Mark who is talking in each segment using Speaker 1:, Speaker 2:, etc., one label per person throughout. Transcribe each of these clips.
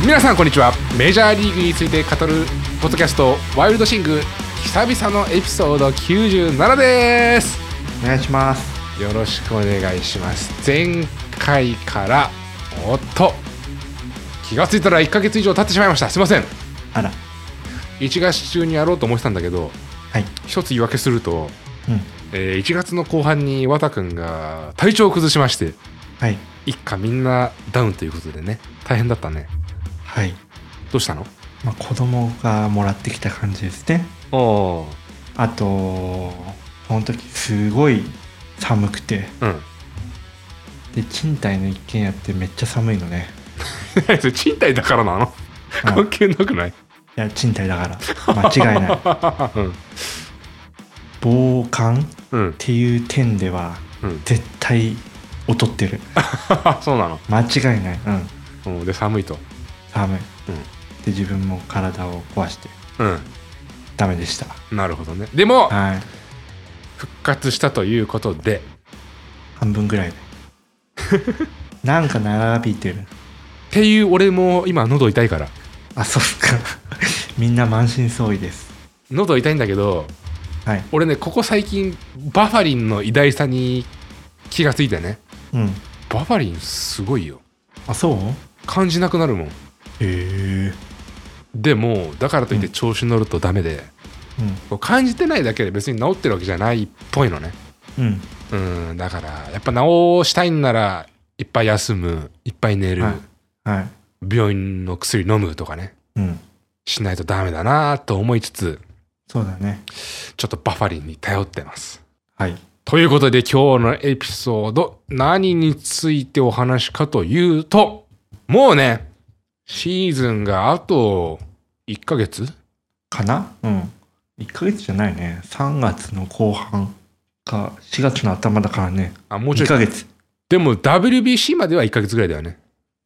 Speaker 1: 皆さんこんにちはメジャーリーグについて語るポッドキャストワイルドシング久々のエピソード97です
Speaker 2: お願いします
Speaker 1: よろしくお願いします前回からおっと気がついたら1ヶ月以上経ってしまいましたすいません
Speaker 2: あら
Speaker 1: 1月中にやろうと思ってたんだけど
Speaker 2: はい
Speaker 1: 一つ言い訳すると、
Speaker 2: うん
Speaker 1: えー1月の後半に綿くんが体調を崩しまして
Speaker 2: はい
Speaker 1: 一家みんなダウンということでね大変だったね
Speaker 2: はい、
Speaker 1: どうしたの
Speaker 2: まあ、子供がもらってきた感じですね
Speaker 1: お
Speaker 2: あとその時すごい寒くて
Speaker 1: うん
Speaker 2: で賃貸の一軒家ってめっちゃ寒いのね
Speaker 1: それ賃貸だからなの
Speaker 2: う
Speaker 1: 関
Speaker 2: ん
Speaker 1: 係なくない、
Speaker 2: いや賃貸だ から間違いない
Speaker 1: うん
Speaker 2: 防寒っ
Speaker 1: うん
Speaker 2: ていう点では
Speaker 1: うん、
Speaker 2: 絶対劣ってる
Speaker 1: そうなの、
Speaker 2: 間違いないうん
Speaker 1: うん、で寒いと
Speaker 2: 寒い、
Speaker 1: うん
Speaker 2: で自分も体を壊して
Speaker 1: う
Speaker 2: ダメでした
Speaker 1: んなるほどねでも
Speaker 2: はい
Speaker 1: 復活したということで
Speaker 2: 半分ぐらいでなんか長引いてる
Speaker 1: っていう俺も今喉痛いから
Speaker 2: あそっかみんな満身創痍です
Speaker 1: 喉痛いんだけど
Speaker 2: はい
Speaker 1: 俺ねここ最近バファリンの偉大さに気がついてね
Speaker 2: うん
Speaker 1: バファリンすごいよ
Speaker 2: あそう
Speaker 1: 感じなくなるもん
Speaker 2: へえ
Speaker 1: でもだからといって
Speaker 2: うん
Speaker 1: 調子乗るとダメで、こう感じてないだけで別に治ってるわけじゃないっぽいのね
Speaker 2: うんうん
Speaker 1: うんだからやっぱ治したいんならいっぱい休むいっぱい寝る、
Speaker 2: はいはい
Speaker 1: 病院の薬飲むとかね
Speaker 2: うん
Speaker 1: しないとダメだなと思いつつ
Speaker 2: そうだね
Speaker 1: ちょっとバファリンに頼ってます
Speaker 2: はい
Speaker 1: ということで今日のエピソード何についてお話かというともうねシーズンがあと1ヶ月
Speaker 2: かなうん1ヶ月じゃないね3月の後半か4月の頭だからね
Speaker 1: あもうちょ
Speaker 2: 2
Speaker 1: い
Speaker 2: ヶ月
Speaker 1: でも WBC までは1ヶ月ぐらいだよね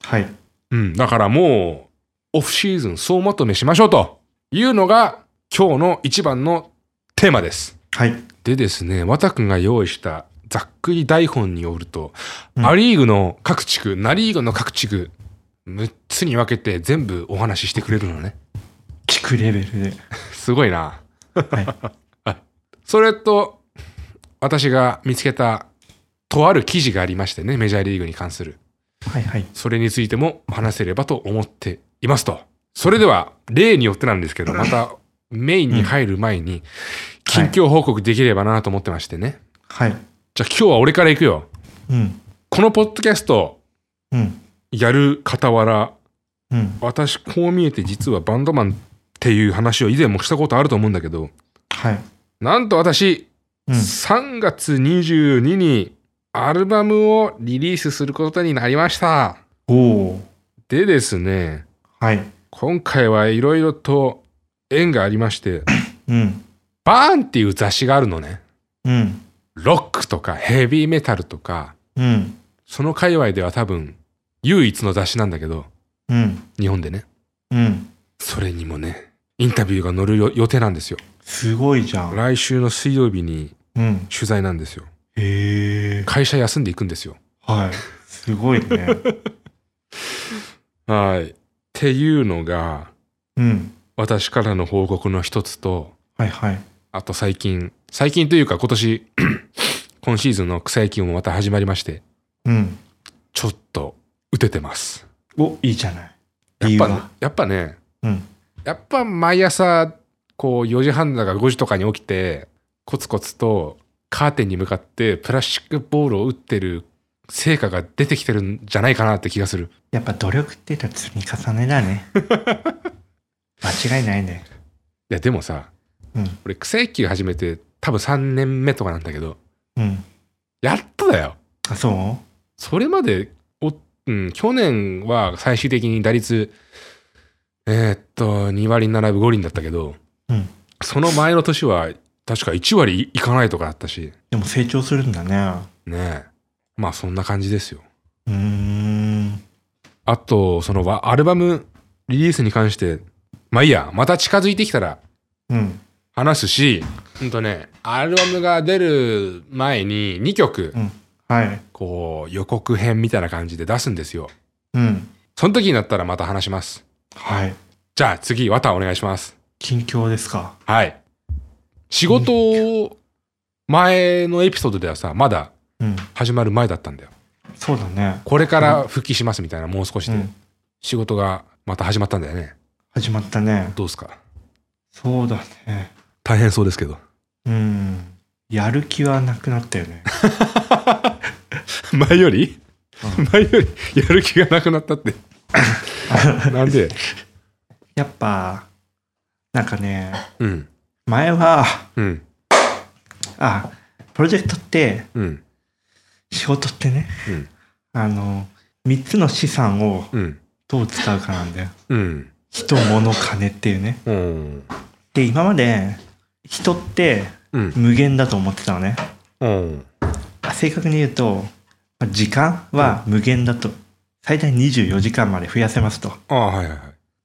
Speaker 2: はい
Speaker 1: うんだからもうオフシーズン総まとめしましょうというのが今日の一番のテーマです
Speaker 2: はい
Speaker 1: でですね、ワタ君が用意したざっくり台本によると、
Speaker 2: うん
Speaker 1: ア・リーグの各地区、ナ・リーグの各地区、6つに分けて全部お話ししてくれるのね。
Speaker 2: 地区レベルで
Speaker 1: すごいな。
Speaker 2: はい
Speaker 1: それと、私が見つけたとある記事がありましてね、メジャーリーグに関する。
Speaker 2: はいはい
Speaker 1: それについても話せればと思っていますと。それでは、例によってなんですけど、またメインに入る前に、近況報告できればなと思ってましてね。
Speaker 2: はい
Speaker 1: じゃあ今日は俺から行くよ。
Speaker 2: うん
Speaker 1: このポッドキャスト
Speaker 2: うん
Speaker 1: やる傍ら
Speaker 2: うん
Speaker 1: 私こう見えて実はバンドマンっていう話を以前もしたことあると思うんだけど
Speaker 2: はい
Speaker 1: なんと私、
Speaker 2: うん
Speaker 1: 3月22にアルバムをリリースすることになりました
Speaker 2: おお
Speaker 1: でですね
Speaker 2: はい
Speaker 1: 今回はいろいろと縁がありまして
Speaker 2: うん
Speaker 1: 「バーン」っていう雑誌があるのね
Speaker 2: うん
Speaker 1: ロックとかヘビーメタルとか
Speaker 2: うん
Speaker 1: その界隈では多分唯一の雑誌なんだけど
Speaker 2: うん
Speaker 1: 日本でね
Speaker 2: うん
Speaker 1: それにもね、インタビューが載るよ予定なんですよ。
Speaker 2: すごいじゃん
Speaker 1: 来週の水曜日に
Speaker 2: うん
Speaker 1: 取材なんですよ。
Speaker 2: へえ
Speaker 1: 会社休んでいくんですよ。
Speaker 2: はいすごい ね
Speaker 1: はい。っていうのが、
Speaker 2: うん
Speaker 1: 私からの報告の一つと、
Speaker 2: はいはい
Speaker 1: あと最近、最近というか今年、 今シーズンの草野球もまた始まりまして、
Speaker 2: うん
Speaker 1: ちょっと打ててます。
Speaker 2: おいいじゃない
Speaker 1: や
Speaker 2: 理
Speaker 1: っ
Speaker 2: 由
Speaker 1: ぱ
Speaker 2: は、
Speaker 1: やっぱね、
Speaker 2: うん
Speaker 1: やっぱ毎朝、こう4時半だから5時とかに起きて、コツコツとカーテンに向かってプラスチックボールを打ってる成果が出てきてるんじゃないかなって気がする。
Speaker 2: やっぱ努力っていうのは積み重ねだ ね間違いないね
Speaker 1: いや、でもさ、
Speaker 2: うん
Speaker 1: 俺草野球始めて多分3年目とかなんだけど、
Speaker 2: うん
Speaker 1: やっとだよ。
Speaker 2: あそ
Speaker 1: それまで、おうん、去年は最終的に打率、えーっと、2割7分5厘だったけど、
Speaker 2: ううん
Speaker 1: その前の年は確か1割いかないとかだったし、
Speaker 2: でも成長するんだね
Speaker 1: ねえ。まあそんな感じですよ。
Speaker 2: うーん
Speaker 1: あと、そのわアルバムリリースに関して、まあいいや、また近づいてきたら
Speaker 2: うん
Speaker 1: 話すし、ほんとね、アルバムが出る前に2曲
Speaker 2: う、んはい
Speaker 1: こう予告編みたいな感じで出すんですよ。
Speaker 2: うん
Speaker 1: その時になったらまた話します。
Speaker 2: はい。
Speaker 1: じゃあ次、ワタお願いします。
Speaker 2: 近況ですか。
Speaker 1: はい。仕事を、前のエピソードではさ、まだ
Speaker 2: うん。
Speaker 1: 始まる前だったんだよ。
Speaker 2: そうだね。
Speaker 1: これから復帰しますみたいな、もう少し
Speaker 2: う
Speaker 1: で。
Speaker 2: ん。
Speaker 1: 仕事がまた始まったんだよね。
Speaker 2: 始まったね。
Speaker 1: どうですか
Speaker 2: そうだね。
Speaker 1: 大変そうですけど。
Speaker 2: うん。やる気はなくなったよ ね。
Speaker 1: 前より
Speaker 2: う
Speaker 1: 前よりやる気がなくなったって。なんで
Speaker 2: やっぱ、なんかね、
Speaker 1: うん。
Speaker 2: 前は、
Speaker 1: うん。
Speaker 2: あ、プロジェクトって、
Speaker 1: うん。
Speaker 2: 仕事ってね、
Speaker 1: うん
Speaker 2: あの、3つの資産を
Speaker 1: うん。
Speaker 2: どう使うかなんだよ。
Speaker 1: うん。
Speaker 2: 人、物、金っていうね。
Speaker 1: うん。
Speaker 2: で、今まで、人って
Speaker 1: うん。
Speaker 2: 無限だと思ってたのね。
Speaker 1: うん。
Speaker 2: あ正確に言うと、まあ時間は無限だと。最大24時間まで増やせますと。
Speaker 1: ああ、はいはいはい。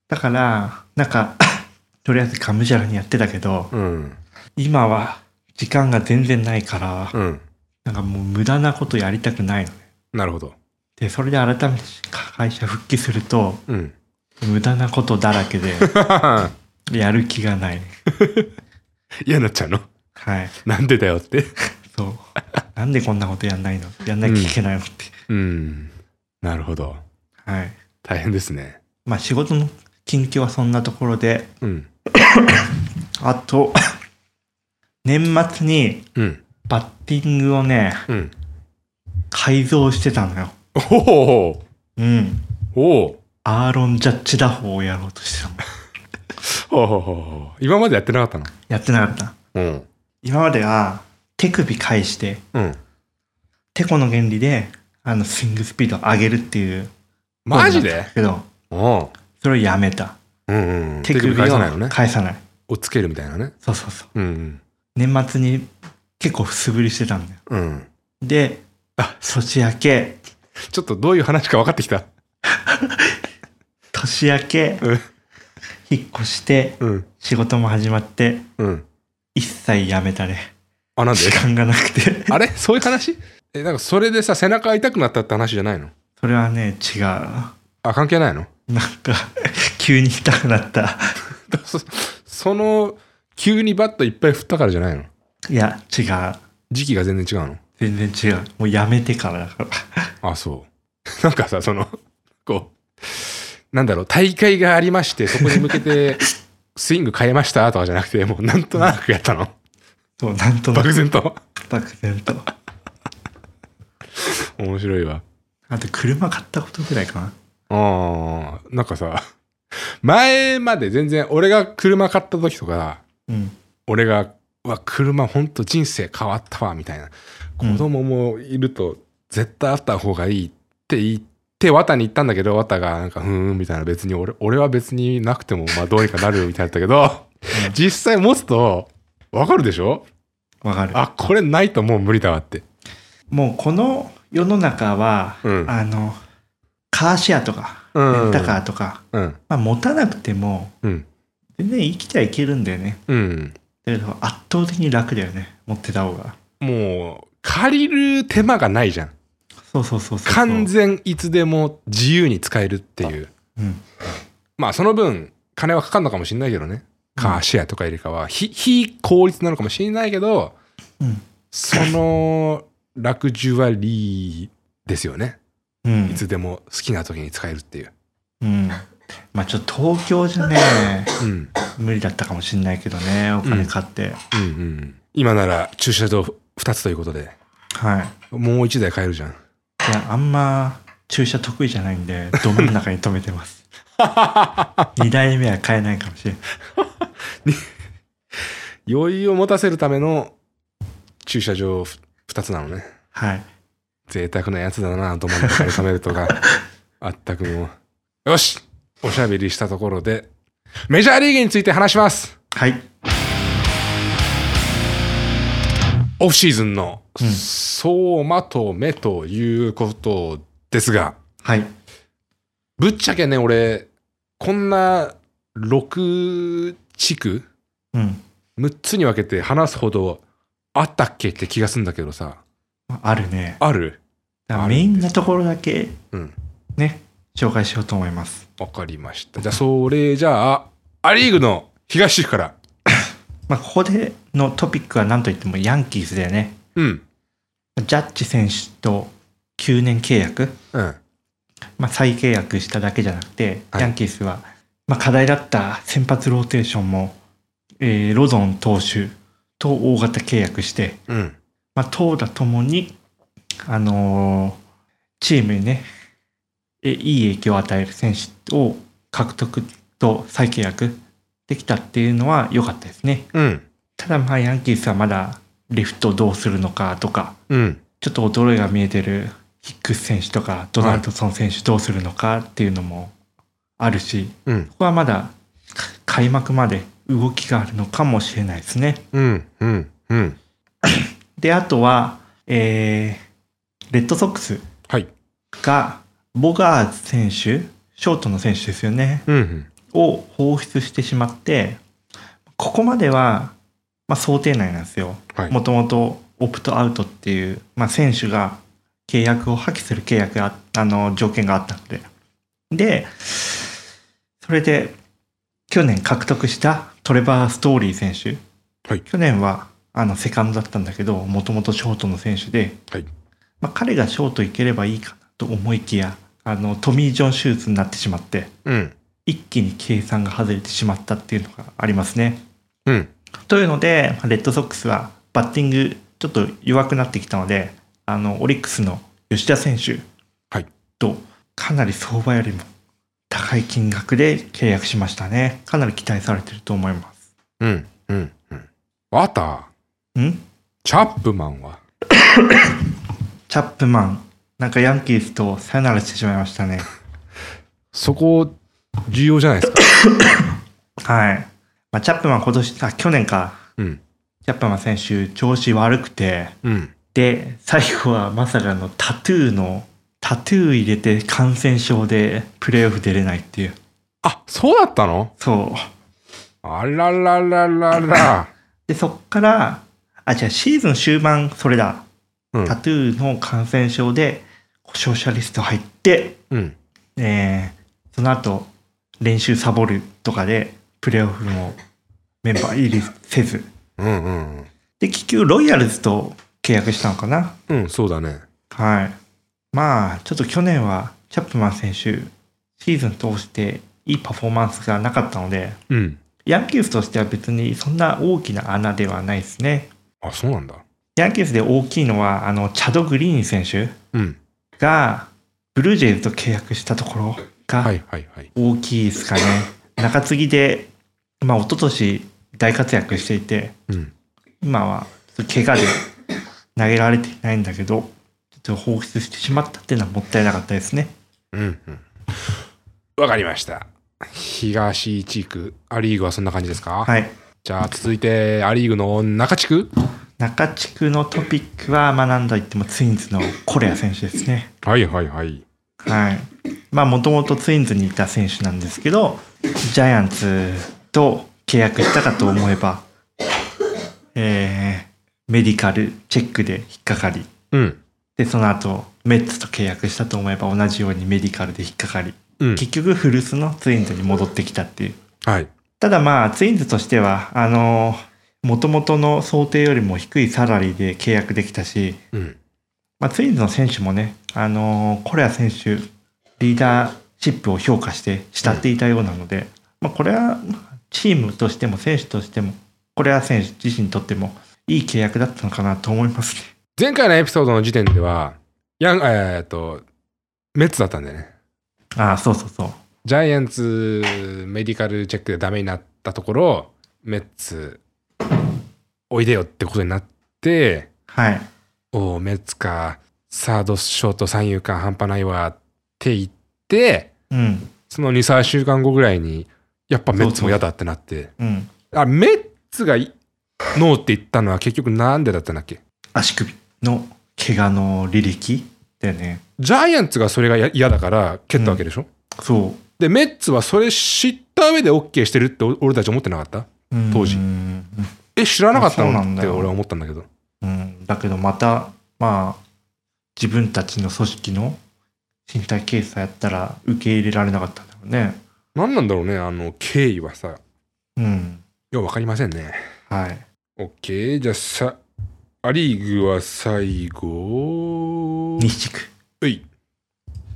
Speaker 2: だから、なんか、 とりあえずがむしゃらにやってたけど、
Speaker 1: うん。
Speaker 2: 今は時間が全然ないから、
Speaker 1: うん。
Speaker 2: なんかもう無駄なことやりたくないのね。
Speaker 1: なるほど。
Speaker 2: で、それで改めて会社復帰すると、
Speaker 1: うん。
Speaker 2: 無駄なことだらけで、 やる気がない。
Speaker 1: 嫌になっちゃうの
Speaker 2: はい。
Speaker 1: なんでだよって。
Speaker 2: そう。なんでこんなことやんないのやんなきゃいけないのって。
Speaker 1: うん。なるほど。
Speaker 2: はい。
Speaker 1: 大変ですね。
Speaker 2: まあ仕事の近況はそんなところで、
Speaker 1: うん。
Speaker 2: あと、 年末に
Speaker 1: うん。
Speaker 2: バッティングをね、
Speaker 1: うん。
Speaker 2: 改造してたのよ。
Speaker 1: おお
Speaker 2: うん。
Speaker 1: おお
Speaker 2: アーロン・ジャッジ打法をやろうとしてたの。
Speaker 1: お今までやってなかった
Speaker 2: やってなかった。
Speaker 1: の
Speaker 2: 今までは手首返して、
Speaker 1: うん。うん。
Speaker 2: テコの原理で、あの、スイングスピードを上げるっていう。
Speaker 1: マジで
Speaker 2: けど、
Speaker 1: お
Speaker 2: それをやめた。
Speaker 1: うんうん。
Speaker 2: 手首を
Speaker 1: 返さないのね。
Speaker 2: 返さない。
Speaker 1: をつけるみたいなね。
Speaker 2: そうそうそう。
Speaker 1: うん。
Speaker 2: 年末に結構素振りしてたんだよ。
Speaker 1: うん。
Speaker 2: で、
Speaker 1: あ
Speaker 2: 年明け、
Speaker 1: ちょっとどういう話か分かってきた。
Speaker 2: 年明け、
Speaker 1: うん
Speaker 2: 引っ越して、
Speaker 1: うん。
Speaker 2: 仕事も始まって、
Speaker 1: うん。
Speaker 2: 一切やめたね。
Speaker 1: あ、なんで
Speaker 2: 時間がなくて。
Speaker 1: あれそういう話え、なんかそれでさ、背中痛くなったって話じゃないの
Speaker 2: それはね、違う。
Speaker 1: あ、関係ないの
Speaker 2: なんか、 急に痛くなった。
Speaker 1: だそ その、急にバットいっぱい振ったからじゃないの
Speaker 2: いや、違う。
Speaker 1: 時期が全然違うの
Speaker 2: 全然違う。もうやめてからだから。
Speaker 1: あ、そう。 なんかさ、その、こう、なんだろう、大会がありまして、そこに向け て、スイング変えましたとかじゃなくて、もうなんとなくやったの。
Speaker 2: そう、なんとなく
Speaker 1: 漠然と。
Speaker 2: 漠然と。
Speaker 1: 面白いわ。
Speaker 2: あと、車買ったことぐらいかな。
Speaker 1: あーなんかさ、前まで全然、俺が車買った時とか、
Speaker 2: うん。
Speaker 1: 俺が、うわ、車ほんと人生変わったわ、みたいな。
Speaker 2: うん
Speaker 1: 子供もいると、絶対あった方がいいって言って、ワタに行ったんだけど、ワタが、なんか、ふーん、みたいな、別に俺、俺は別になくても、まあ、どうにかなるみたいだったけど、
Speaker 2: うん
Speaker 1: 実際持つと、わかるでしょ
Speaker 2: わかる。
Speaker 1: あ、これないともう無理だわって。
Speaker 2: もうこの世の中は、
Speaker 1: うん
Speaker 2: あのカーシェアとか
Speaker 1: う
Speaker 2: レ
Speaker 1: ん。
Speaker 2: ンタカーとか、
Speaker 1: うん。
Speaker 2: まあ、持たなくても
Speaker 1: うん。
Speaker 2: 全然生きてはいけるんだよね
Speaker 1: うん。
Speaker 2: だけど圧倒的に楽だよね持ってた方が
Speaker 1: もう、借りる手間がないじゃん。
Speaker 2: そうそうそうそう
Speaker 1: 完全いつでも自由に使えるっていう
Speaker 2: うん
Speaker 1: まあその分金はかかるのかもしれないけどねカーシェアとかよりかは非非効率なのかもしれないけど
Speaker 2: うん
Speaker 1: その楽ジュアリーですよね
Speaker 2: うん
Speaker 1: いつでも好きな時に使えるっていう、
Speaker 2: うんまあちょっと東京じゃね
Speaker 1: うん、うん
Speaker 2: 無理だったかもしれないけどねお金買って、
Speaker 1: うんうん今なら駐車場2つということで
Speaker 2: はい
Speaker 1: もう1台買えるじゃん
Speaker 2: いやあんま駐車得意じゃないんでど真ん中に止めてます 2台目は買えないかもしれない
Speaker 1: 余裕を持たせるための駐車場2つなのね
Speaker 2: はい
Speaker 1: 贅沢なやつだなと思って改めるとか あったくもうよしおしゃべりしたところでメジャーリーグについて話します
Speaker 2: はい
Speaker 1: オフシーズンの
Speaker 2: うん
Speaker 1: 総まとめということですが、
Speaker 2: はい
Speaker 1: ぶっちゃけね俺こんな6地区
Speaker 2: うん
Speaker 1: 6つに分けて話すほどあったっけって気がするんだけどさ
Speaker 2: あるね
Speaker 1: ある
Speaker 2: だから
Speaker 1: あるん
Speaker 2: メ
Speaker 1: です
Speaker 2: インなところだけ
Speaker 1: うん
Speaker 2: ね紹介しようと思います。
Speaker 1: わかりました。じゃあ、それじゃあ、ア・リーグの東地区から。
Speaker 2: まあ、ここでのトピックは何といってもヤンキースだよね。
Speaker 1: うん。
Speaker 2: ジャッジ選手と9年契約、
Speaker 1: うん。
Speaker 2: まあ、再契約しただけじゃなくて、
Speaker 1: はい
Speaker 2: ヤンキースは、まあ、課題だった先発ローテーションも、えーロゾン投手と大型契約して、
Speaker 1: うん。
Speaker 2: まあ、投打ともに、あのーチームにね、えいい影響を与える選手を獲得と再契約できたっていうのは良かったですね。
Speaker 1: うん。
Speaker 2: ただまあヤンキースはまだレフトどうするのかとか、
Speaker 1: うん。
Speaker 2: ちょっと衰えが見えてるヒックス選手とかドナルドソン選手どうするのかっていうのもあるし、
Speaker 1: うん。
Speaker 2: ここはまだ開幕まで動きがあるのかもしれないですね。
Speaker 1: うん。うん。うん。
Speaker 2: で、あとは、えーレッドソックス
Speaker 1: はい。
Speaker 2: がボガーズ選手、ショートの選手ですよね、
Speaker 1: うん。
Speaker 2: を放出してしまって、ここまでは、まあ、想定内なんですよ。
Speaker 1: はい。
Speaker 2: もともとオプトアウトっていう、まあ、選手が契約を破棄する契約があの条件があったので。で、それで去年獲得したトレバー・ストーリー選手。
Speaker 1: はい
Speaker 2: 去年はあのセカンドだったんだけど、もともとショートの選手で、
Speaker 1: はい。
Speaker 2: まあ、彼がショートいければいいかなと思いきや、あのトミー・ジョン手術になってしまって、
Speaker 1: うん。
Speaker 2: 一気に計算が外れてしまったっていうのがありますね。
Speaker 1: うん。
Speaker 2: というので、レッドソックスはバッティングちょっと弱くなってきたので、あの、オリックスの吉田選手
Speaker 1: はい
Speaker 2: とかなり相場よりも高い金額で契約しましたね。かなり期待されてると思いま
Speaker 1: うん。うん。うん。あた、
Speaker 2: す。ん
Speaker 1: チャップマンは。
Speaker 2: チャップマン、なんかヤンキースとさよならしてしまいましたね。
Speaker 1: そこ、重要じゃないですか。
Speaker 2: はい。まあ、チャップマン今年、あ、去年か。
Speaker 1: うん。
Speaker 2: チャップマン選手調子悪くて、
Speaker 1: うん。
Speaker 2: で、最後はまさかのタトゥーの、タトゥー入れて感染症でプレーオフ出れないっていう。
Speaker 1: あ、そうだったの
Speaker 2: そう。
Speaker 1: あららららら。
Speaker 2: で、そっから、あ、じゃあシーズン終盤、それだ。
Speaker 1: うん
Speaker 2: タトゥーの感染症で故障者リスト入って、
Speaker 1: うん。
Speaker 2: えーその後、練習サボるとかで、プレーオフもメンバー入りせず。
Speaker 1: うんうんうん。
Speaker 2: で、結局、ロイヤルズと契約したのかな。
Speaker 1: うん、そうだね。
Speaker 2: はい。まあ、ちょっと去年は、チャップマン選手、シーズン通していいパフォーマンスがなかったので、
Speaker 1: うん。
Speaker 2: ヤンキースとしては別にそんな大きな穴ではないですね。
Speaker 1: あ、そうなんだ。
Speaker 2: ヤンキースで大きいのは、あの、チャド・グリーン選手
Speaker 1: うん。
Speaker 2: が、ブルージェイズと契約したところ
Speaker 1: は
Speaker 2: が
Speaker 1: いはいはい。
Speaker 2: 大きいですかね。中継ぎで、まあ、一昨年大活躍していて、
Speaker 1: うん。
Speaker 2: 今は、怪我で投げられていないんだけど、ちょっと放出してしまったっていうのはもったいなかったですね。
Speaker 1: うんうん。わかりました。東地区、ア・リーグはそんな感じですかい。
Speaker 2: はい。
Speaker 1: じゃあ続いて、ア・リーグの中地区
Speaker 2: 中地区のトピックは、まあ、なんといってもツインズのコレア選手ですね。
Speaker 1: はいはいはい。
Speaker 2: はい。まあ、もともとツインズにいた選手なんですけど、ジャイアンツと契約したかと思えば、えー、メディカルチェックで引っかかり、
Speaker 1: うん。
Speaker 2: で、その後、メッツと契約したと思えば同じようにメディカルで引っかかり、
Speaker 1: うん。
Speaker 2: 結局古巣のツインズに戻ってきたっていう。
Speaker 1: はい。
Speaker 2: ただまあ、ツインズとしては、あのー、もともとの想定よりも低いサラリーで契約できたし、
Speaker 1: うん。
Speaker 2: まあ、ツインズの選手もね、あのーコレア選手、リーダーシップを評価して慕っていたようなので、まあ、これはチームとしても選手としても、コレア選手自身にとってもいい契約だったのかなと思いますね。
Speaker 1: 前回のエピソードの時点では、ヤン、えーっと、メッツだったんだよね。
Speaker 2: ああ、そうそうそう。
Speaker 1: ジャイアンツメディカルチェックでダメになったところ、メッツ、おいでよってことになって、
Speaker 2: はい。
Speaker 1: おお、メッツか、サード、ショート、三遊間半端ないわって言って、
Speaker 2: うん。
Speaker 1: その2、3週間後ぐらいに、やっぱメッツも嫌だってなって、
Speaker 2: うん。
Speaker 1: あ、メッツがいノーって言ったのは結局なんでだったんだっけ
Speaker 2: 足首の怪我の履歴だよね。
Speaker 1: ジャイアンツがそれがや嫌だから蹴ったわけでしょ、
Speaker 2: そ
Speaker 1: で、メッツはそれ知った上で OK してるってお俺たち思ってなかった
Speaker 2: う。うん
Speaker 1: 当時
Speaker 2: うん。
Speaker 1: え、知らなかった
Speaker 2: あそうなん
Speaker 1: のっ
Speaker 2: だ
Speaker 1: て
Speaker 2: よ
Speaker 1: 俺は思ったんだけど。
Speaker 2: うんだけどまた、まあ、自分たちの組織の身体検査やったら受け入れられなかったんだろうね。
Speaker 1: 何なんだろうね、あの、経緯はさ。
Speaker 2: うん。
Speaker 1: ようわかりませんね。
Speaker 2: はい。
Speaker 1: OK。じゃあさ、アリーグは最後。
Speaker 2: 西地区。
Speaker 1: うい。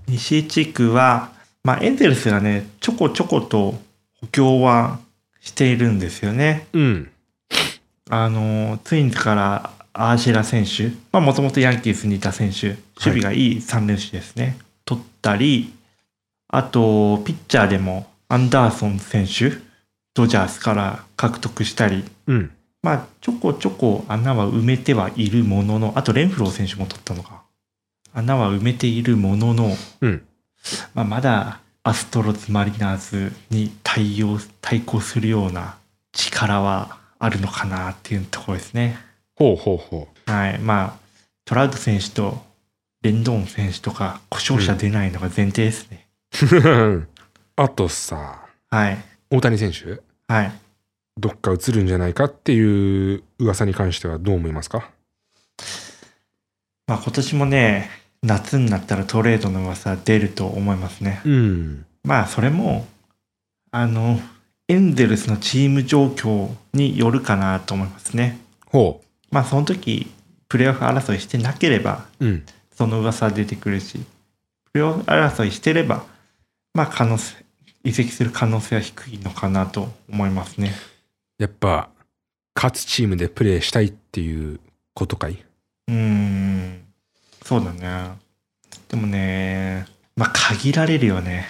Speaker 2: 西地区は、まあ、エンゼルスがね、ちょこちょこと補強はしているんですよね。
Speaker 1: うん。
Speaker 2: あの、ツインズからアーシェラ選手、まあ、もともとヤンキースにいた選手、守備がいい3連手ですね。取ったり、あと、ピッチャーでもアンダーソン選手、ドジャースから獲得したり、
Speaker 1: うん。
Speaker 2: まあ、ちょこちょこ穴は埋めてはいるものの、あとレンフロー選手も取ったのか。穴は埋めているものの、
Speaker 1: うん。
Speaker 2: まあ、まだアストロズ・マリナーズに対応対抗するような力はあるのかなっていうところですね。
Speaker 1: ほうほうほ
Speaker 2: はい、まあトラウト選手とレンドーン選手とか故障者出ないのが前提ですね。
Speaker 1: う。 あとさ、
Speaker 2: はい
Speaker 1: 大谷選手、
Speaker 2: はい。
Speaker 1: どっか移るんじゃないかっていう噂に関してはどう思いますか
Speaker 2: まあ今年もね夏になったらトレードの噂出ると思いますね。
Speaker 1: うん。
Speaker 2: まあそれもあのエンゼルスのチーム状況によるかなと思いますね。
Speaker 1: ほ
Speaker 2: まあその時プレーオフ争いしてなければ
Speaker 1: う。うん。
Speaker 2: その噂出てくるし、プレーオフ争いしてれば、まあ可能性、移籍する可能性は低いのかなと思いますね。
Speaker 1: やっぱ、勝つチームでプレーしたいっていうことかいう
Speaker 2: ーん、そうだね。でもね、まあ限られるよね。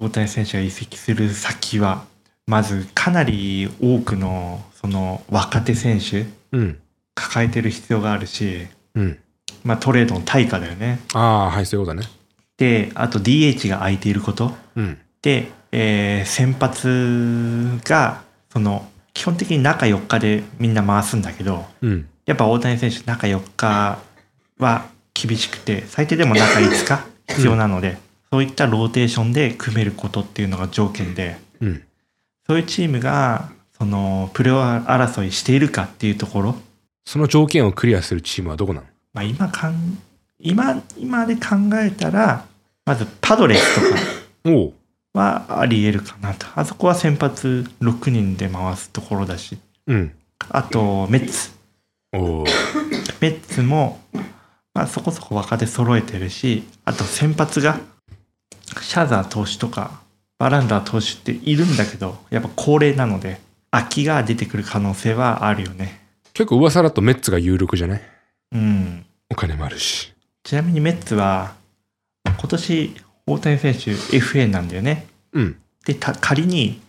Speaker 2: 大谷選手が移籍する先は、まずかなり多くのその若手選手
Speaker 1: うん。
Speaker 2: 抱えてる必要があるし、
Speaker 1: うん。
Speaker 2: まあトレードの対価だよね。
Speaker 1: ああ、はい、そういうことだね。
Speaker 2: で、あと DH が空いていること。
Speaker 1: うん。
Speaker 2: で、えー先発がその基本的に中4日でみんな回すんだけど
Speaker 1: うん。
Speaker 2: やっぱ大谷選手中4日は厳しくて最低でも中5日必要なので、そういったローテーションで組めることっていうのが条件で
Speaker 1: うん。
Speaker 2: そういうチームがそのプレー争いしているかっていうところ、
Speaker 1: その条件をクリアするチームはどこなの
Speaker 2: まあ、今かん今今で考えたらまずパドレスとか。
Speaker 1: おう。
Speaker 2: はあり得るかなと。あそこは先発6人で回すところだし。
Speaker 1: うん。
Speaker 2: あと、メッツ。
Speaker 1: おう。
Speaker 2: メッツも、まあ、そこそこ若手揃えてるし、あと先発が、シャザー投手とか、バランダー投手っているんだけど、やっぱ高齢なので、空きが出てくる可能性はあるよね。
Speaker 1: 結構噂だとメッツが有力じゃない
Speaker 2: うん。
Speaker 1: お金もあるし。
Speaker 2: ちなみにメッツは、今年、大谷選手 FA なんだよね。
Speaker 1: うん。
Speaker 2: で、た仮に、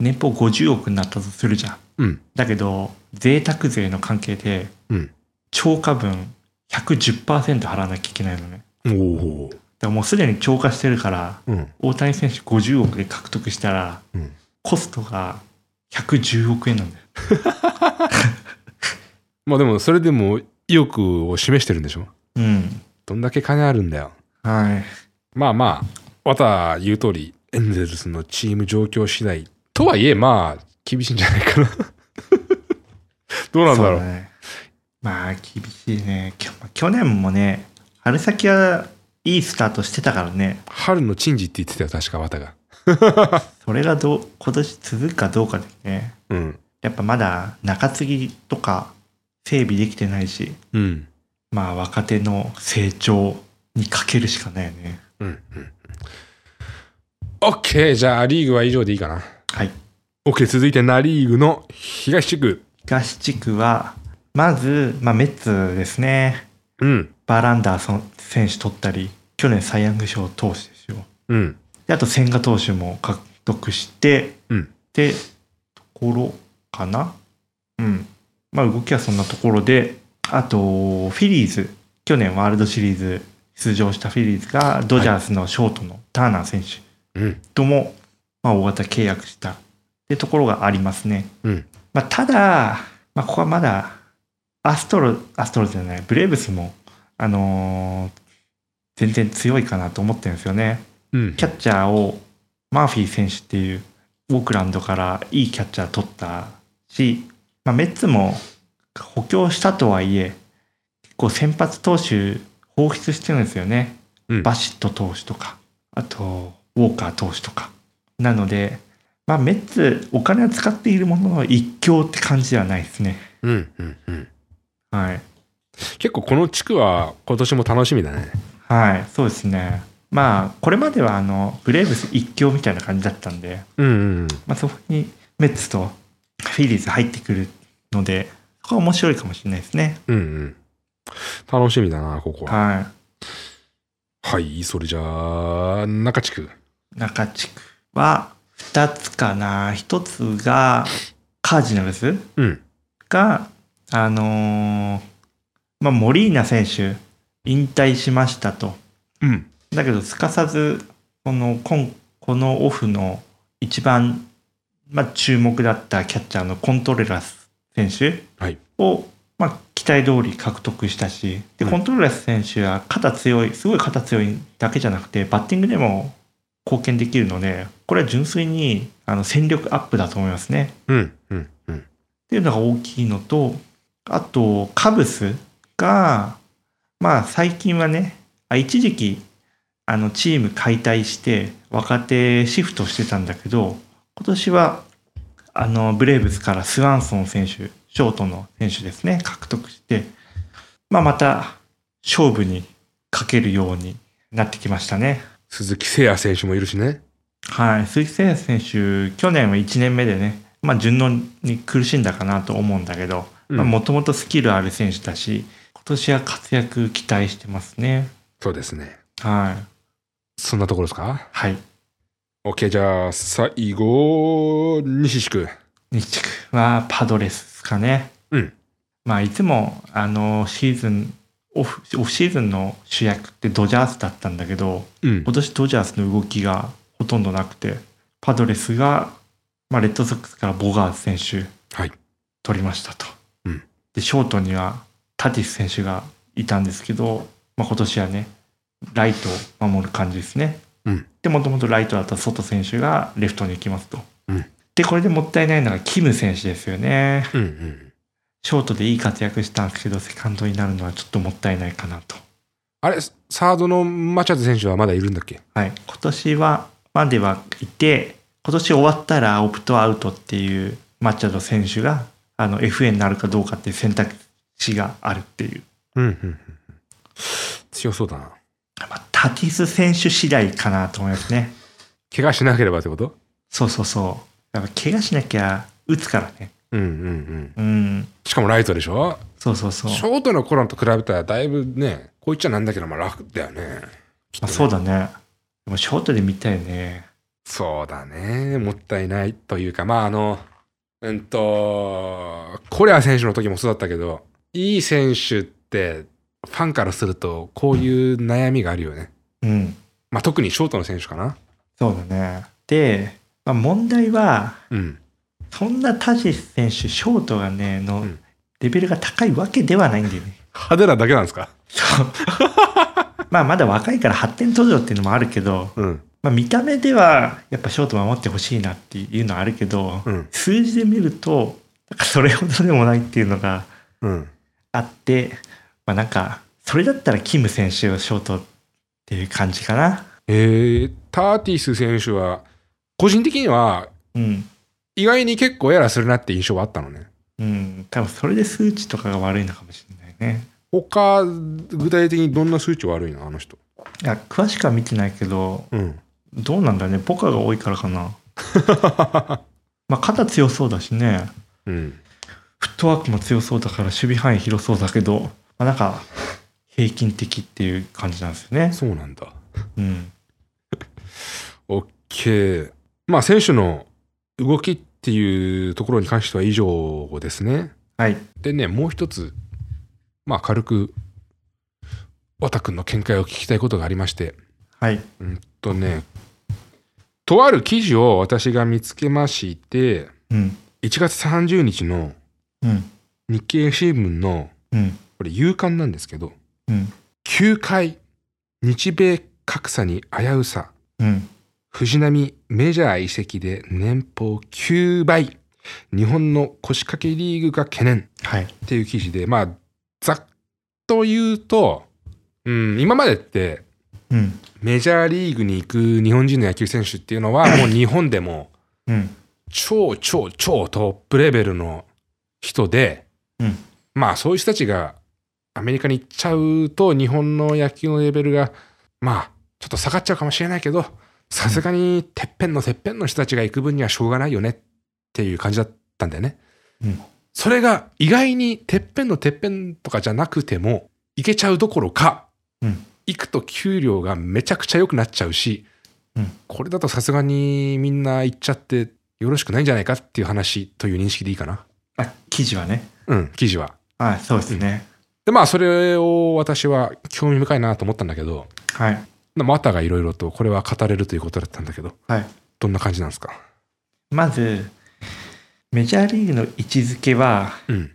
Speaker 2: 年俸50億になったとするじゃん。
Speaker 1: うん。
Speaker 2: だけど、贅沢税の関係で、
Speaker 1: うん。
Speaker 2: 超過分110%払わなきゃいけないのね。
Speaker 1: おお。
Speaker 2: だからもうすでに超過してるから、
Speaker 1: うん。
Speaker 2: 大谷選手50億で獲得したら、
Speaker 1: うん。
Speaker 2: コストが110億円なんだよ。
Speaker 1: まあでも、それでも意欲を示してるんでしょ
Speaker 2: うん。
Speaker 1: どんだけ金あるんだよ。
Speaker 2: はい。
Speaker 1: まあまあ、また言う通り、エンゼルスのチーム状況次第。とはいえ、まあ、厳しいんじゃないかな。 どうなんだろう。
Speaker 2: そうね。まあ、厳しいね。きょ去年もね、春先はいいスタートしてたからね、
Speaker 1: 春の珍事って言ってたよ、確か、綿が。
Speaker 2: それがどう、今年続くかどうかですね。
Speaker 1: うん。
Speaker 2: やっぱまだ中継ぎとか整備できてないし、
Speaker 1: うん。
Speaker 2: まあ若手の成長にかけるしかないよね。
Speaker 1: うん。うん。OK! じゃあ、リーグは以上でいいかな。
Speaker 2: はい。
Speaker 1: OK、続いてナ・リーグの東地区。
Speaker 2: 東地区は、まず、まあメッツですね。
Speaker 1: うん。
Speaker 2: バーランダーソン選手取ったり、去年サイヤング賞投手ですよ。
Speaker 1: うん。
Speaker 2: で、あと千賀投手も獲得して、
Speaker 1: うん。
Speaker 2: で、ところかなうん。まあ動きはそんなところで、あと、フィリーズ。去年ワールドシリーズ出場したフィリーズが、ドジャースのショートのターナー選手。
Speaker 1: うん。
Speaker 2: とも、まあ、大型契約したってところがありますね。
Speaker 1: うん。
Speaker 2: まあ、ただ、まあ、ここはまだ、アストロ、アストロじゃない、ブレーブスも、あのー全然強いかなと思ってるんですよね。
Speaker 1: うん
Speaker 2: キ。ャッチャーを、マーフィー選手っていう、オークランドからいいキャッチャー取ったし、まあ、メッツも補強したとはいえ、結構先発投手放出してるんですよね。
Speaker 1: うん
Speaker 2: バシット投手とか、あと、ウォーカー投手とか。なので、まあ、メッツ、お金は使っているものの一強って感じではないですね。
Speaker 1: うんうんうん
Speaker 2: はい。
Speaker 1: 結構この地区は今年も楽しみだね
Speaker 2: はい、そうですね。まあ、これまでは、あの、ブレーブス一強みたいな感じだったんで、
Speaker 1: うんうん
Speaker 2: まあ、そこにメッツとフィリーズ入ってくるので、そこは面白いかもしれないですね。
Speaker 1: うんうん楽しみだなここは
Speaker 2: は
Speaker 1: はいそれじゃあ中地区
Speaker 2: い。中地区は2つかな。1つが、カージナルス
Speaker 1: うん
Speaker 2: が、あのーまあ、モリーナ選手、引退しましたと。
Speaker 1: うん
Speaker 2: だけど、すかさず、この、今、このオフの一番、まあ、注目だったキャッチャーのコントレラス選手
Speaker 1: はい
Speaker 2: を、まあ、期待通り獲得したし、で、
Speaker 1: うん
Speaker 2: コントレラス選手は肩強い、すごい肩強いだけじゃなくて、バッティングでも貢献できるので、これは純粋に、あの、戦力アップだと思いますね。
Speaker 1: うんうんうん
Speaker 2: っていうのが大きいのと、あと、カブスが、まあ最近はね、あ一時期、あのチーム解体して若手シフトしてたんだけど、今年は、あの、ブレーブスからスワンソン選手、ショートの選手ですね、獲得して、まあまた勝負にかけるようになってきましたね。
Speaker 1: 鈴木誠也選手もいるしね
Speaker 2: はい、鈴木誠也選手、去年は1年目でね、まあ、順応に苦しんだかなと思うんだけど、
Speaker 1: うん
Speaker 2: もともとスキルある選手だし、今年は活躍期待してますね。
Speaker 1: そうですね
Speaker 2: はい。
Speaker 1: そんなところですか
Speaker 2: はい。
Speaker 1: OK じゃあ最後西地区
Speaker 2: 西地区はパドレスですかね。
Speaker 1: うん
Speaker 2: まあ、いつも、あの、シーズン、オフ、オフシーズンの主役ってドジャースだったんだけど、
Speaker 1: うん
Speaker 2: 今年ドジャースの動きがほとんどなくて、パドレスが、まあ、レッドソックスからボガーズ選手、
Speaker 1: はい
Speaker 2: 取りましたと。
Speaker 1: うん
Speaker 2: で、ショートにはタティス選手がいたんですけど、まあ、今年はね、ライトを守る感じですね。
Speaker 1: うん
Speaker 2: で、もともとライトだった外選手がレフトに行きますと。
Speaker 1: うん
Speaker 2: で、これでもったいないのがキム選手ですよね。
Speaker 1: うんうん
Speaker 2: ショートでいい活躍したんですけど、セカンドになるのはちょっともったいないかなと。
Speaker 1: あれサードのマチャズ選手はまだいるんだっけ
Speaker 2: はい、今年はまではいて今年終わったらオプトアウトっていうマッチャド選手があの FA になるかどうかっていう選択肢があるっていう、
Speaker 1: うんうんうん強そうだな
Speaker 2: まあ、タティス選手次第かなと思いますね
Speaker 1: 怪我しなければってこと
Speaker 2: そうそうそうやっぱ怪我しなきゃ打つからね
Speaker 1: うんうんうん
Speaker 2: うん
Speaker 1: しかもライトでしょ
Speaker 2: そうそうそう
Speaker 1: ショートの頃と比べたらだいぶねこう言っちゃなんだけどまあ楽だよねきっと
Speaker 2: まあ、
Speaker 1: ね
Speaker 2: そうだねでもショートで見たよね
Speaker 1: そうだねもったいないというかまああのうんとコレア選手の時もそうだったけどいい選手ってファンからするとこういう悩みがあるよね、
Speaker 2: うん
Speaker 1: まあ、特にショートの選手かな
Speaker 2: そうだねで、まあ、問題は
Speaker 1: うん
Speaker 2: そんなタティス選手ショートがねの、
Speaker 1: うん
Speaker 2: レベルが高いわけではないんだよね
Speaker 1: 派手なだけなんですか
Speaker 2: そう。 まあまだ若いから発展途上っていうのもあるけど、
Speaker 1: うん
Speaker 2: まあ、見た目ではやっぱショート守ってほしいなっていうのはあるけど、
Speaker 1: うん
Speaker 2: 数字で見るとなんかそれほどでもないっていうのが
Speaker 1: うん
Speaker 2: あって、まあ、なんかそれだったらキム選手をショートっていう感じかな。
Speaker 1: えー、ターティス選手は個人的には
Speaker 2: うん
Speaker 1: 意外に結構エラーするなって印象はあったのね
Speaker 2: うん、多分それで数値とかが悪いのかもしれないね。
Speaker 1: 他具体的にどんな数値悪いのあの人
Speaker 2: いや詳しくは見てないけど
Speaker 1: うん
Speaker 2: どうなんだろうねポカが多いからかな。まあ肩強そうだしね。
Speaker 1: うん
Speaker 2: フットワークも強そうだから守備範囲広そうだけど、まあ、なんか平均的っていう感じなんですよね。
Speaker 1: そうなんだ
Speaker 2: うん。
Speaker 1: OK まあ選手の動きっていうところに関しては以上ですね
Speaker 2: はい。
Speaker 1: でねもう一つまあ軽く和田君の見解を聞きたいことがありまして
Speaker 2: はい。
Speaker 1: うんとねとある記事を私が見つけまして
Speaker 2: うん。
Speaker 1: 1月30日の
Speaker 2: うん。
Speaker 1: 日経新聞の
Speaker 2: うん。
Speaker 1: これ夕刊なんですけど
Speaker 2: うん。
Speaker 1: 9回日米格差に危うさ
Speaker 2: うん。
Speaker 1: 藤浪メジャー移籍で年俸9倍日本の腰掛けリーグが懸念
Speaker 2: はい。
Speaker 1: っていう記事でまあざっと言うと、うん、今までって
Speaker 2: うん
Speaker 1: メジャーリーグに行く日本人の野球選手っていうのは、もう日本でも
Speaker 2: うん
Speaker 1: 超超超トップレベルの人で、
Speaker 2: うん
Speaker 1: まあそういう人たちがアメリカに行っちゃうと、日本の野球のレベルが、まあちょっと下がっちゃうかもしれないけど、さすがにてっぺんのてっぺんの人たちが行く分にはしょうがないよねっていう感じだったんだよね。
Speaker 2: うん
Speaker 1: それが意外にてっぺんのてっぺんとかじゃなくても行けちゃうどころか、
Speaker 2: うん
Speaker 1: 行くと給料がめちゃくちゃ良くなっちゃうし、
Speaker 2: うん
Speaker 1: これだとさすがにみんな行っちゃってよろしくないんじゃないかっていう話という認識でいいかな。
Speaker 2: あ記事はね
Speaker 1: うん、記事は。
Speaker 2: あそうですね、
Speaker 1: で、まあそれを私は興味深いなと思ったんだけど、
Speaker 2: はい
Speaker 1: またがいろいろとこれは語れるということだったんだけど、
Speaker 2: はい
Speaker 1: どんな感じなんですか
Speaker 2: まずメジャーリーグの位置づけは
Speaker 1: うん。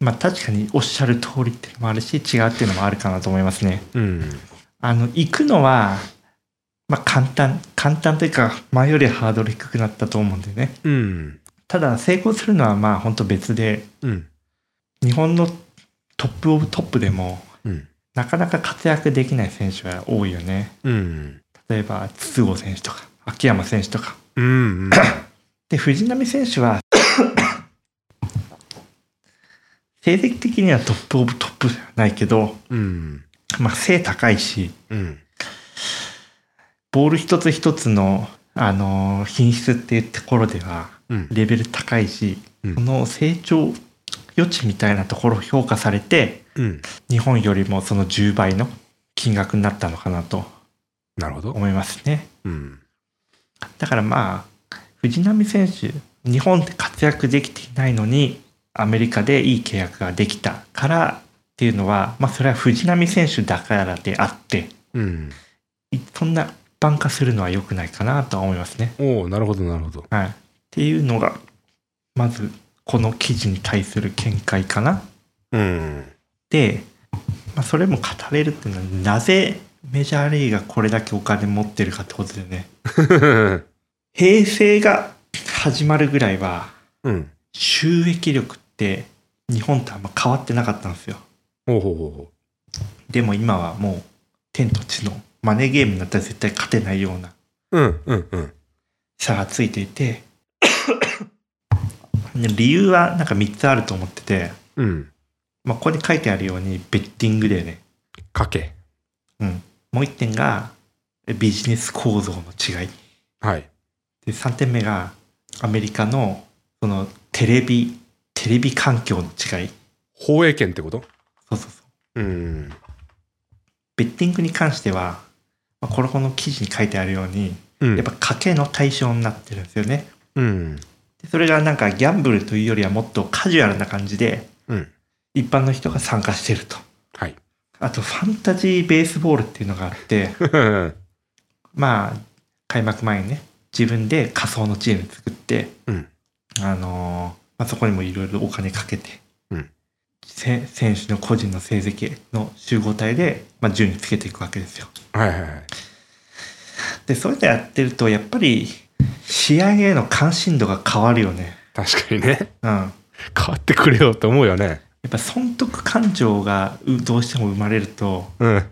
Speaker 2: まあ確かにおっしゃる通りっていうのもあるし違うっていうのもあるかなと思いますね
Speaker 1: うん。
Speaker 2: あの行くのはまあ簡単簡単というか前よりハードル低くなったと思うんでね
Speaker 1: うん。
Speaker 2: ただ成功するのはまあ本当別で
Speaker 1: うん。
Speaker 2: 日本のトップオブトップでも
Speaker 1: うん。
Speaker 2: なかなか活躍できない選手が多いよね
Speaker 1: うん。
Speaker 2: 例えば筒香選手とか秋山選手とか
Speaker 1: うん。
Speaker 2: で藤浪選手は 成績的にはトップオブトップじゃないけど、
Speaker 1: うん。
Speaker 2: まあ、背高いし
Speaker 1: うん。
Speaker 2: ボール一つ一つの、あのー品質っていうところでは
Speaker 1: うん。
Speaker 2: レベル高いし、
Speaker 1: うん
Speaker 2: その成長余地みたいなところを評価されて
Speaker 1: うん。
Speaker 2: 日本よりもその10倍の金額になったのかなと
Speaker 1: なるほど。
Speaker 2: 思いますね。
Speaker 1: うん。
Speaker 2: だからまあ藤浪選手日本で活躍できていないのにアメリカでいい契約ができたからっていうのは、まあ、それは藤浪選手だからであって
Speaker 1: うん。
Speaker 2: いそんな一般化するのは良くないかなとは思いますね。
Speaker 1: おおなるほど、なるほど。
Speaker 2: はい、っていうのがまずこの記事に対する見解かな。
Speaker 1: うん。
Speaker 2: で、まあ、それも語れるっていうのはなぜメジャーリーグがこれだけお金持ってるかってことでね平成が始まるぐらいは
Speaker 1: うん。
Speaker 2: 収益力って日本とあんま変わってなかったんですよ
Speaker 1: ほうほうほうほ
Speaker 2: でも今はもう天と地のマネーゲームになったら絶対勝てないような
Speaker 1: う。うん。うん。うん。
Speaker 2: 差がついていて で理由はなんか3つあると思ってて、
Speaker 1: うん。
Speaker 2: まあ、ここに書いてあるようにベッティングでね
Speaker 1: かけ。
Speaker 2: もう1点がビジネス構造の違い
Speaker 1: はい。
Speaker 2: で3点目がアメリカのそのテレビテレビ環境の違い
Speaker 1: 放映権ってこと
Speaker 2: そうそうそう
Speaker 1: うん。
Speaker 2: ベッティングに関しては、まあ、これこの記事に書いてあるように
Speaker 1: うん
Speaker 2: やっぱ賭けの対象になってるんですよね
Speaker 1: うん。
Speaker 2: でそれがなんかギャンブルというよりはもっとカジュアルな感じで
Speaker 1: うん。
Speaker 2: 一般の人が参加してると
Speaker 1: はい。
Speaker 2: あとファンタジーベースボールっていうのがあって まあ開幕前にね自分で仮想のチーム作って
Speaker 1: うん。
Speaker 2: あのーまあ、そこにもいろいろお金かけて、
Speaker 1: うん
Speaker 2: せ選手の個人の成績の集合体で、まあ、順位つけていくわけですよ
Speaker 1: はいはいはい。
Speaker 2: でそういうのやってるとやっぱり試合への関心度が変わるよね
Speaker 1: 確かにね。
Speaker 2: うんや
Speaker 1: 変わってくれよって思うよね。
Speaker 2: っぱ損得感情がうどうしても生まれると
Speaker 1: うん。
Speaker 2: フ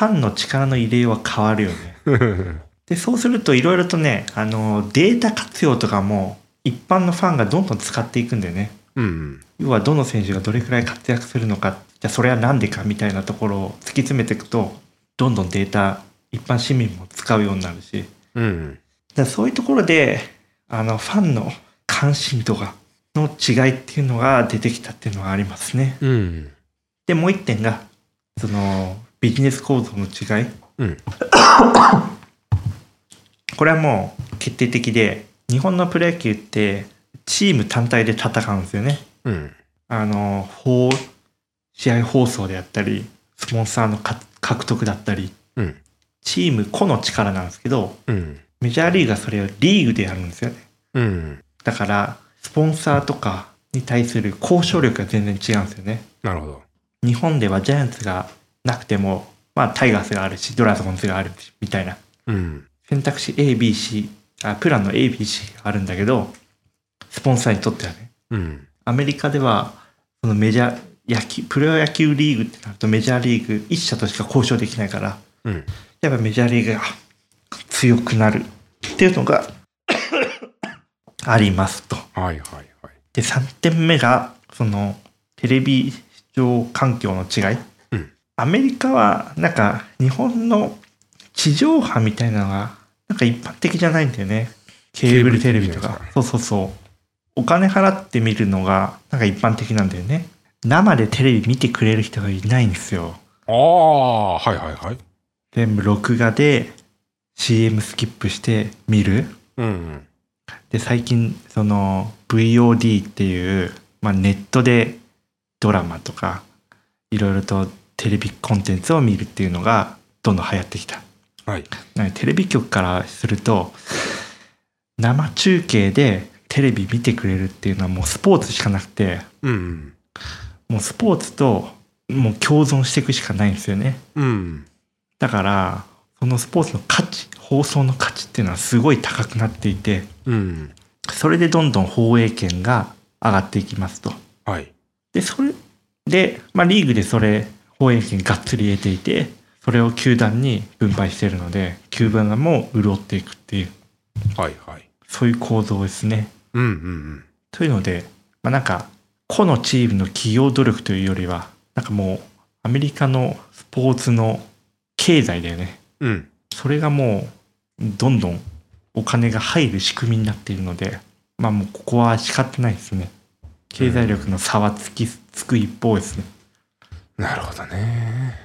Speaker 2: ァンの力の入れようは変わるよねでそうするといろいろとねあのデータ活用とかも一般のファンがどんどん使っていくんだよね
Speaker 1: うん。
Speaker 2: 要はどの選手がどれくらい活躍するのかじゃあそれは何でかみたいなところを突き詰めていくとどんどんデータ一般市民も使うようになるし
Speaker 1: うん。
Speaker 2: だからそういうところであのファンの関心度がの違いっていうのが出てきたっていうのはありますね。
Speaker 1: うん。
Speaker 2: でもう一点がそのビジネス構造の違い
Speaker 1: うん。
Speaker 2: これはもう決定的で日本のプロ野球ってチーム単体で戦うんですよね。
Speaker 1: うん。
Speaker 2: あの法試合放送であったりスポンサーのか獲得だったり
Speaker 1: うん。
Speaker 2: チーム個の力なんですけど
Speaker 1: うん。
Speaker 2: メジャーリーグがそれをリーグでやるんですよね。
Speaker 1: うん。
Speaker 2: だからスポンサーとかに対する交渉力が全然違うんですよね
Speaker 1: なるほど。
Speaker 2: 日本ではジャイアンツがなくてもまあタイガースがあるしドラゴンズがあるしみたいな
Speaker 1: うん。
Speaker 2: 選択肢 ABC あプランの ABC があるんだけどスポンサーにとってはね
Speaker 1: うん。
Speaker 2: アメリカではそのメジャー野球プロ野球リーグってなるとメジャーリーグ1社としか交渉できないから
Speaker 1: うん。
Speaker 2: やっぱメジャーリーグが強くなるっていうのが ありますと。
Speaker 1: はいはいはい。
Speaker 2: で3点目がそのテレビ視聴環境の違い、
Speaker 1: うん
Speaker 2: アメリカはなんか日本の地上波みたいなのがなんか一般的じゃないんだよねケーブルテレビとか
Speaker 1: ケーブルテレビじゃないです
Speaker 2: そうそうそうお金払って見るのがなんか一般的なんだよね生でテレビ見てくれる人がいないんですよ
Speaker 1: ああ、はいはいはい。
Speaker 2: 全部録画で CM スキップして見る
Speaker 1: うんうん。
Speaker 2: で最近その VOD っていう、まあ、ネットでドラマとかいろいろとテレビコンテンツを見るっていうのがどんどん流行ってきた
Speaker 1: はい。
Speaker 2: なんかテレビ局からすると生中継でテレビ見てくれるっていうのはもうスポーツしかなくて
Speaker 1: うんうん。
Speaker 2: もうスポーツともう共存していくしかないんですよね
Speaker 1: うん。
Speaker 2: だからそのスポーツの価値放送の価値っていうのはすごい高くなっていて
Speaker 1: うん。
Speaker 2: それでどんどん放映権が上がっていきますと。
Speaker 1: はい。
Speaker 2: で、それで、まあ、リーグでそれ、放映権がっつり得ていて、それを球団に分配しているので、球団も潤っていくっていう、
Speaker 1: はいはい。
Speaker 2: そういう構造ですね。
Speaker 1: うんうん
Speaker 2: というので、まあ、なんか、個のチームの企業努力というよりは、なんかもう、アメリカのスポーツの経済だよね。
Speaker 1: うん。うん。
Speaker 2: それがもう、どんどんお金が入る仕組みになっているので、まあもうここは仕方ないですね。経済力の差はつき、つく一方ですね。
Speaker 1: なるほどね。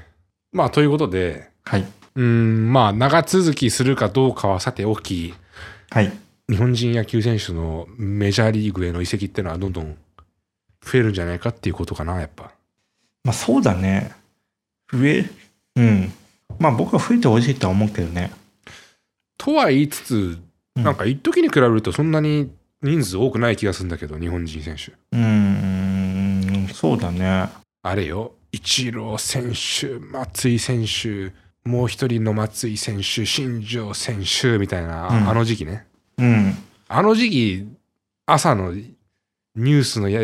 Speaker 1: まあ、ということで、
Speaker 2: はい。
Speaker 1: うん、まあ、長続きするかどうかはさておき、
Speaker 2: はい。
Speaker 1: 日本人野球選手のメジャーリーグへの移籍ってのはどんどん増えるんじゃないかっていうことかな、やっぱ。
Speaker 2: まあそうだね。増え、うん。まあ僕は増えてほしいとは思うけどね。
Speaker 1: とは言いつつ、
Speaker 2: うん
Speaker 1: なんか一時に比べるとそんなに人数多くない気がするんだけど、日本人選手。
Speaker 2: うーん、そうだね。
Speaker 1: あれよ、イチロー選手、松井選手、もう一人の松井選手、新庄選手みたいな、
Speaker 2: うん
Speaker 1: あの時期ね。
Speaker 2: うん。
Speaker 1: あの時期、朝のニュースのや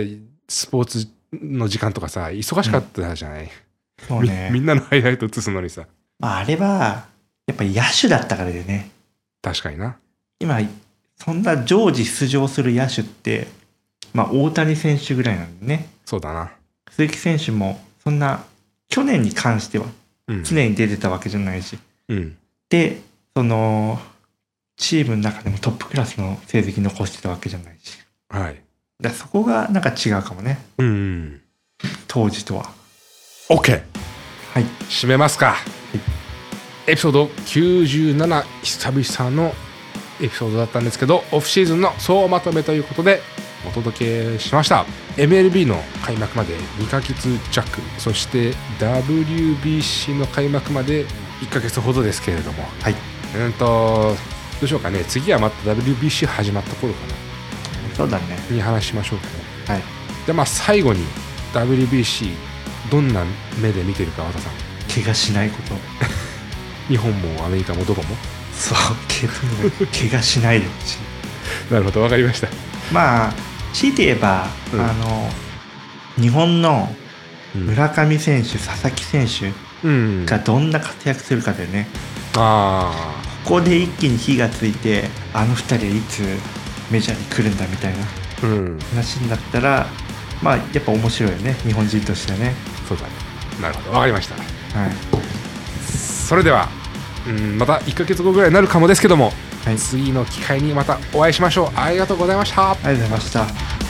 Speaker 1: スポーツの時間とかさ、忙しかったじゃない、
Speaker 2: そう
Speaker 1: みみ
Speaker 2: ね。
Speaker 1: んなのハイライト映すのにさ、
Speaker 2: まああれは、やっぱ野手だったからだよね。
Speaker 1: 確かにな。
Speaker 2: 今、そんな常時出場する野手って、まあ大谷選手ぐらいなんでね。
Speaker 1: そうだな。
Speaker 2: 鈴木選手も、そんな、去年に関しては
Speaker 1: うん。
Speaker 2: 常に出てたわけじゃないし。
Speaker 1: うん。
Speaker 2: で、その、チームの中でもトップクラスの成績残してたわけじゃないし。
Speaker 1: はい。
Speaker 2: だからそこがなんか違うかもね
Speaker 1: うん。
Speaker 2: 当時とは
Speaker 1: OK!
Speaker 2: はい
Speaker 1: 締めますか、エピソード97久々のエピソードだったんですけどオフシーズンの総まとめということでお届けしました MLB の開幕まで2ヶ月弱そして WBC の開幕まで1ヶ月ほどですけれども
Speaker 2: はい
Speaker 1: うんとどうしようかね次はまた WBC 始まった頃か
Speaker 2: そうだね
Speaker 1: なに話しましょうかね
Speaker 2: はい
Speaker 1: でまあ最後に WBC どんな目で見てるか和田さん
Speaker 2: 怪我しないこと
Speaker 1: 日本もアメリカもどこも
Speaker 2: そう怪我怪我しないでほしい
Speaker 1: なるほど、わかりました。
Speaker 2: まあ強いて言えば、
Speaker 1: うん
Speaker 2: あの日本の
Speaker 1: うん
Speaker 2: 村上選手佐々木選
Speaker 1: うん
Speaker 2: 手がどんな活躍するかだよね
Speaker 1: あ
Speaker 2: ここで一気に火がついてあの二人はいつメジャーに来るんだみたいな
Speaker 1: あ、うん、
Speaker 2: 話になったらまあやっぱ面白いよね日本人としてはね
Speaker 1: そうだね。なるほど、わかりました。
Speaker 2: はい
Speaker 1: それでは、うん、また1ヶ月後ぐらいになるかもですけども、
Speaker 2: はい
Speaker 1: 次の機会にまたお会いしましょう。ありがとうございました。
Speaker 2: ありがとうございました